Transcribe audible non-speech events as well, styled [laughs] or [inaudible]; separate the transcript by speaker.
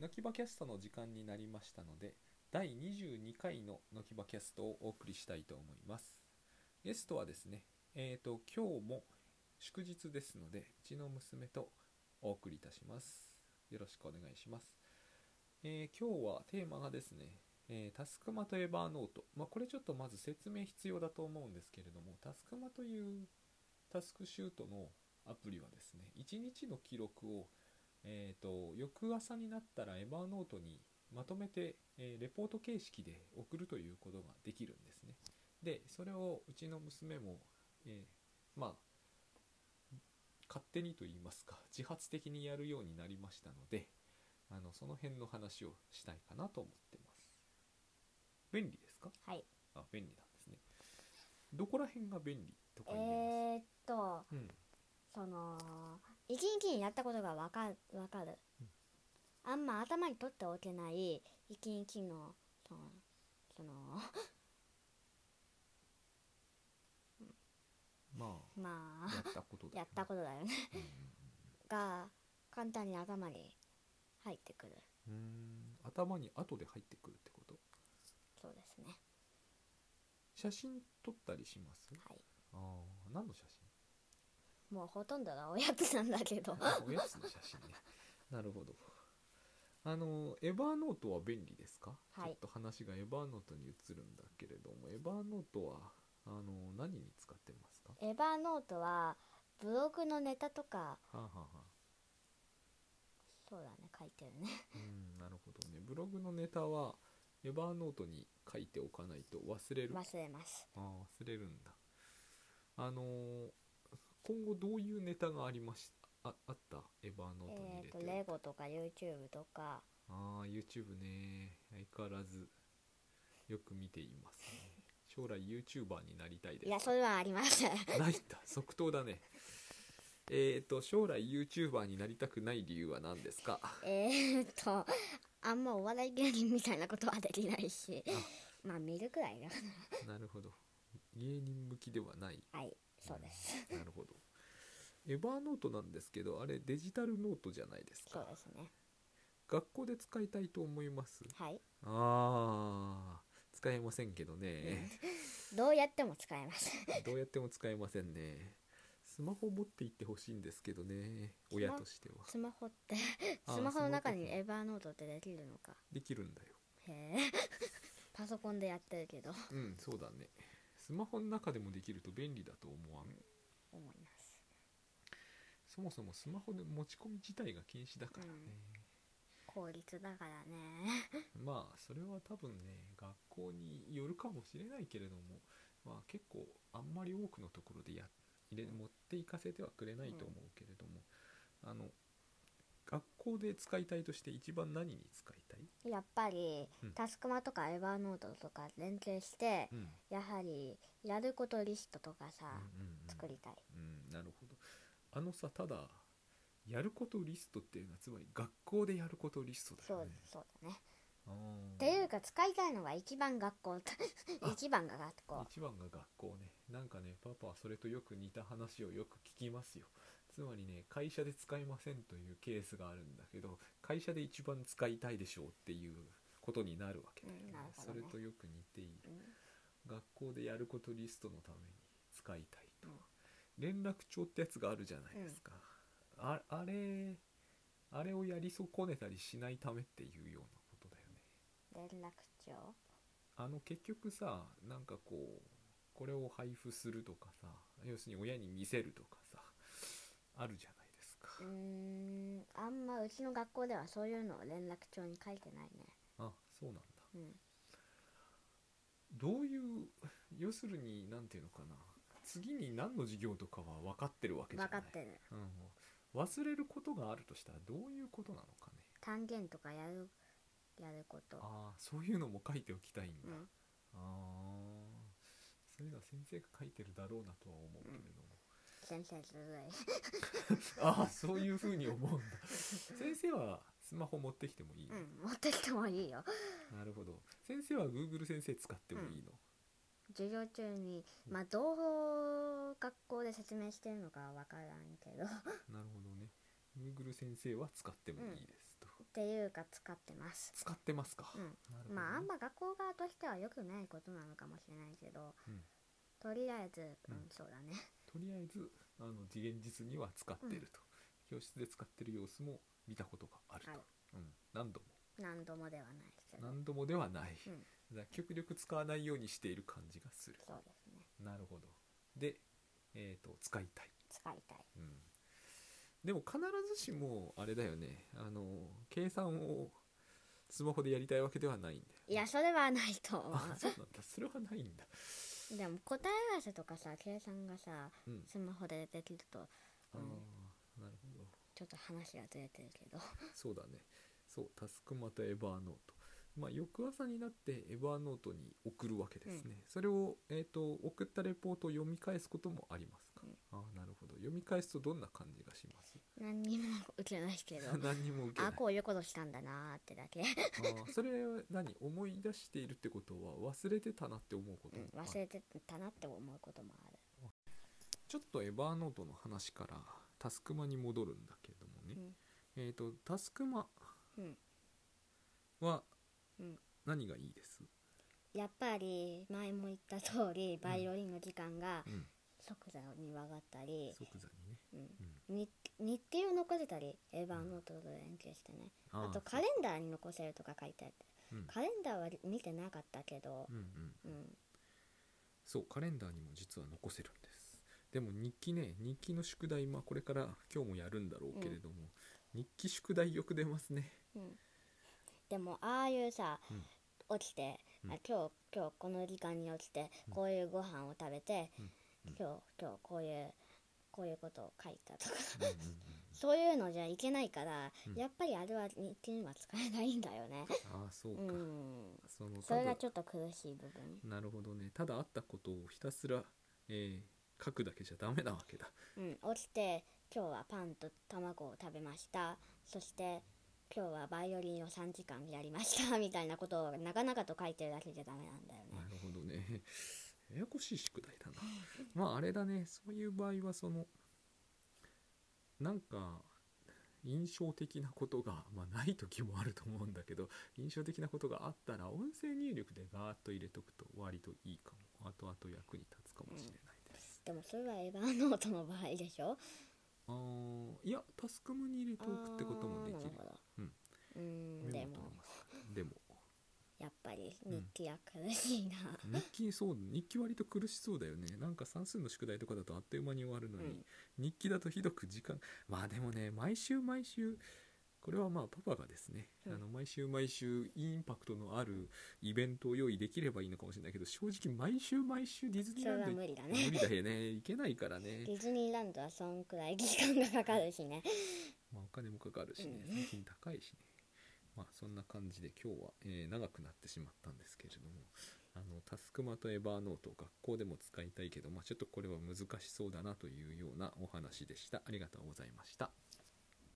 Speaker 1: のきばキャストの時間になりましたので第22回ののきばキャストをお送りしたいと思いますゲストはですねえっ、と今日も祝日ですのでうちの娘とお送りいたしますよろしくお願いしますえー今日はテーマがですね、えータスクマとエバーノート、まあ、これちょっとまず説明必要だと思うんですけれどもタスクマというタスクシュートのアプリはですね1日の記録を、えー、と翌朝になったらエバーノートにまとめて、えーレポート形式で送るということができるんですねでそれをうちの娘も、えーまあ勝手にと言いますか自発的にやるようになりましたのであのその辺の話をしたいかなと思ってます便利ですか
Speaker 2: はい。
Speaker 1: あ便利なんですねどこら辺が便利と
Speaker 2: え
Speaker 1: か言え
Speaker 2: ー、っと、
Speaker 1: ます、うん
Speaker 2: その、一日にやったことがわかる、わかる
Speaker 1: うん。
Speaker 2: あんま頭に取っておけない、一日の、その、その、 [laughs]
Speaker 1: ま
Speaker 2: ま
Speaker 1: あや
Speaker 2: あ、
Speaker 1: ったことだ
Speaker 2: やったことだよね。
Speaker 1: と
Speaker 2: が、簡単に頭に入ってくる。
Speaker 1: うん頭に後で入ってくるってこと
Speaker 2: そうですね。
Speaker 1: 写真撮ったりします
Speaker 2: はい。
Speaker 1: ああ何の写真
Speaker 2: もうほとんどがおやつなんだけど。 [laughs]
Speaker 1: あおやつの写真ねなるほどあのエバーノートは便利ですか、
Speaker 2: は
Speaker 1: ちょ
Speaker 2: い
Speaker 1: っと話がエバーノートに移るんだけれどもエバーノートはあの何に使ってますか
Speaker 2: エヴァーノートは、ブログのネタとか、
Speaker 1: はあ、はあはあ、
Speaker 2: そうだね、書いてるね。
Speaker 1: うんなるほどねブログのネタはエバーノートに書いておかないと忘れる
Speaker 2: 忘れます。
Speaker 1: ああ忘れるんだあのー今後どういうネタがありましたああったエバーノートに入れ
Speaker 2: えーってと、
Speaker 1: おいて
Speaker 2: レゴとか YouTube とか、
Speaker 1: ああ YouTube ね相変わらずよく見ています
Speaker 2: [laughs]
Speaker 1: ね将来 YouTuber になりたいです
Speaker 2: いや、それはありません。
Speaker 1: ないんだ即答だねえっ、と将来 YouTuber になりたくない理由は何です
Speaker 2: [laughs]
Speaker 1: か
Speaker 2: えー、っとあんまお笑い芸人みたいなことはできないしまあ見るくらいだか
Speaker 1: なるほど芸人向きではない
Speaker 2: らはいそうです、
Speaker 1: なるほどエバーノートなんですけどあれデジタルノートじゃないです
Speaker 2: そう
Speaker 1: か
Speaker 2: ですね
Speaker 1: 学校で使いたいと思います
Speaker 2: はい
Speaker 1: あー使えませんけどね
Speaker 2: どうやっても使えます [laughs]
Speaker 1: どうやっても使えませんねスマホ持って行ってほしいんですけどね親としては
Speaker 2: スマホって
Speaker 1: あー
Speaker 2: スマホの中
Speaker 1: スマ
Speaker 2: に
Speaker 1: ホ
Speaker 2: エヴァーノートってできるのか
Speaker 1: できるんだよ
Speaker 2: へえ
Speaker 1: [laughs]
Speaker 2: パソコンでやってるけど
Speaker 1: うんそうだねスマホの中でもできると便利だと思わん
Speaker 2: 思います
Speaker 1: そもそもスマホで持ち込み自体が禁止だからね、
Speaker 2: 効率だからね
Speaker 1: まあそれは多分ね学校によるかもしれないけれども、まあ、結構あんまり多くのところでや入れ持っていかせてはくれないと思うけれども、あの学校で使いたいとして一番何に使いたい、
Speaker 2: やっぱり
Speaker 1: うん
Speaker 2: タスクマとかエヴァーノートとか連携して
Speaker 1: うん
Speaker 2: やはりやることリストとかさ
Speaker 1: うんうんうん
Speaker 2: 作りたい
Speaker 1: うん、なるほどあのさただやることリストっていうのはつまり学校でやることリストだ
Speaker 2: そ
Speaker 1: よ
Speaker 2: う
Speaker 1: ね
Speaker 2: そうだね
Speaker 1: あー
Speaker 2: っていうか使いたいのが一番
Speaker 1: [laughs]
Speaker 2: 学校一番が学校
Speaker 1: 一番が学校ねなんかねパパはそれとよく似た話をよく聞きますよつまりね会社で使いませんというケースがあるんだけど会社で一番使いたいでしょうっていうことになるわけだよね,、
Speaker 2: うんなるほ
Speaker 1: そ
Speaker 2: ど
Speaker 1: れ
Speaker 2: ね
Speaker 1: とよく似ている
Speaker 2: うん
Speaker 1: 学校でやることリストのために使いたいと、
Speaker 2: うん
Speaker 1: 連絡帳ってやつがあるじゃないですか、ああれあれをやり損ねたりしないためっていうようなことだよね
Speaker 2: 連絡帳
Speaker 1: あの結局さなんかこうこれを配布するとかさ要するに親に見せるとかさあるじゃないですか、
Speaker 2: うーんあんまうちの学校ではそういうのを連絡帳に書いてないね
Speaker 1: あそうなんだ
Speaker 2: うん
Speaker 1: どういう要するに何ていうのかな次に何の授業とかは分かってるわけじゃ
Speaker 2: 分
Speaker 1: な
Speaker 2: か
Speaker 1: い
Speaker 2: ってる
Speaker 1: うん、忘れることがあるとしたらどういうことなのかね
Speaker 2: 単元とかやるやること
Speaker 1: ああそういうのも書いておきたいんだ、
Speaker 2: う
Speaker 1: あ
Speaker 2: ん
Speaker 1: あそういうのは先生が書いてるだろうなとは思うけれども、
Speaker 2: 先生ずるい
Speaker 1: ああそういうふうに思うんだ先生はスマホ持ってきてもいい、
Speaker 2: うん持ってきてもいいよ
Speaker 1: なるほど先生は Google 先生使ってもいいの、
Speaker 2: 授業中にまあどう学校で説明してるのかは分からんけど
Speaker 1: なるほどね Google 先生は使ってもいいですと、
Speaker 2: っていうか使ってます
Speaker 1: 使ってますか、
Speaker 2: うん
Speaker 1: なるほどね
Speaker 2: まああんま学校側としては良くないことなのかもしれないけど、
Speaker 1: うん
Speaker 2: とりあえず、うん
Speaker 1: うん
Speaker 2: そうだね
Speaker 1: とりあえずあの現実には使ってると、教室で使ってる様子も見たことがあると、
Speaker 2: はい
Speaker 1: うん、何度も
Speaker 2: 何度もではないけど
Speaker 1: 何度もではない、
Speaker 2: うん
Speaker 1: だから極力使わないようにしている感じがする
Speaker 2: そうですね
Speaker 1: なるほどで、えー、と使いたい、
Speaker 2: 使いたい
Speaker 1: うん、でも必ずしもあれだよねあの計算をスマホでやりたいわけではないんだよ
Speaker 2: いやそれはないと思
Speaker 1: あそうなんだそれはないんだ
Speaker 2: うでも答え合わせとかさ計算がさ
Speaker 1: うん
Speaker 2: スマホでできると
Speaker 1: あ
Speaker 2: うん
Speaker 1: あなるほど
Speaker 2: ちょっと話がずれてるけ [laughs] ど
Speaker 1: そうだねそうタスクマとエバーノートまあ翌朝になってエバーノートに送るわけですね、それを、えー、と送ったレポートを読み返すこともありますか、
Speaker 2: うん
Speaker 1: ああなるほど読み返すとどんな感じがします
Speaker 2: 何にも受けないけ
Speaker 1: [laughs]
Speaker 2: ど
Speaker 1: 何にも受けない
Speaker 2: あこういうことしたんだなーってだけ、
Speaker 1: あーそれは何思い出しているってことは忘れてたなって思うこと
Speaker 2: う
Speaker 1: も
Speaker 2: ん、
Speaker 1: ある
Speaker 2: [laughs] 忘れてたなって思うこともある
Speaker 1: ちょっとエバーノートの話からタスクマに戻るんだけれどもね、えっ、とタスクマ
Speaker 2: うん
Speaker 1: は
Speaker 2: うん
Speaker 1: 何がいいです、
Speaker 2: やっぱり前も言った通りバイオリンの時間が
Speaker 1: うん、
Speaker 2: 即座に分かったり、
Speaker 1: 即座にね、
Speaker 2: う
Speaker 1: う
Speaker 2: ん
Speaker 1: ん、
Speaker 2: 日日記を残せたりエヴァノートと連携してねあ
Speaker 1: ー
Speaker 2: とカレンダーに残せるとか書いてあって
Speaker 1: うん
Speaker 2: カレンダーは見てなかったけど
Speaker 1: うんうん
Speaker 2: うん
Speaker 1: そうカレンダーにも実は残せるんですでも日記ね日記の宿題まあこれから今日もやるんだろうけれども、日記宿題よく出ますね
Speaker 2: うんでもああいうさ起きて
Speaker 1: うん
Speaker 2: あ今日今日この時間に起きて
Speaker 1: うん
Speaker 2: こういうご飯を食べて
Speaker 1: うんうん
Speaker 2: 今日今日こういうこういうことを書いたとか
Speaker 1: うんうんうんうん
Speaker 2: そういうのじゃいけないから
Speaker 1: うん
Speaker 2: やっぱりあれは日記には使えないんだよね
Speaker 1: ああそう
Speaker 2: う
Speaker 1: か、
Speaker 2: ん
Speaker 1: その
Speaker 2: それ
Speaker 1: た
Speaker 2: が
Speaker 1: だ
Speaker 2: ちょっと苦しい部分
Speaker 1: なるほどねただあったことをひたすら、えー書くだけじゃダメなわけだ
Speaker 2: うん、起きて今日はパンと卵を食べましたそして今日はバイオリンを3時間やりました [laughs] みたいなことをなかなかと書いてるだけじゃダメなんだよ
Speaker 1: な
Speaker 2: ね
Speaker 1: るほどねややこしい宿題だなまああれだねそういう場合はそのなんか印象的なことが、まあ、ない時もあると思うんだけど印象的なことがあったら音声入力でガーッと入れとくと割といいかも後々役に立つかもしれないです、
Speaker 2: でもそれはエヴァノートの場合でしょ
Speaker 1: ああーいやタスクムに入れておくってこともできる
Speaker 2: あーなほ
Speaker 1: う
Speaker 2: ど
Speaker 1: ん
Speaker 2: うー
Speaker 1: メ
Speaker 2: ん
Speaker 1: モ
Speaker 2: で
Speaker 1: 取れ
Speaker 2: も
Speaker 1: ますからでも
Speaker 2: やっぱり日記は苦しいな、
Speaker 1: 日記そう日記割と苦しそうだよねなんか算数の宿題とかだとあっという間に終わるのに、
Speaker 2: うん
Speaker 1: 日記だとひどく時間まあでもね毎週毎週これはまあパパがですね、
Speaker 2: うん
Speaker 1: あの毎週毎週インパクトのあるイベントを用意できればいいのかもしれないけど正直毎週毎週ディズニーランド
Speaker 2: それは無理だね
Speaker 1: 無理だよねいけないからね
Speaker 2: ディズニーランドはそんくらい時間がかかるしね
Speaker 1: まあ、お金もかかるしね
Speaker 2: うん
Speaker 1: 最近高いしね、まあ、そんな感じで今日は、えー長くなってしまったんですけれどもあのタスクマとエバーノートを学校でも使いたいけど、まあ、ちょっとこれは難しそうだなというようなお話でしたありがとうございました。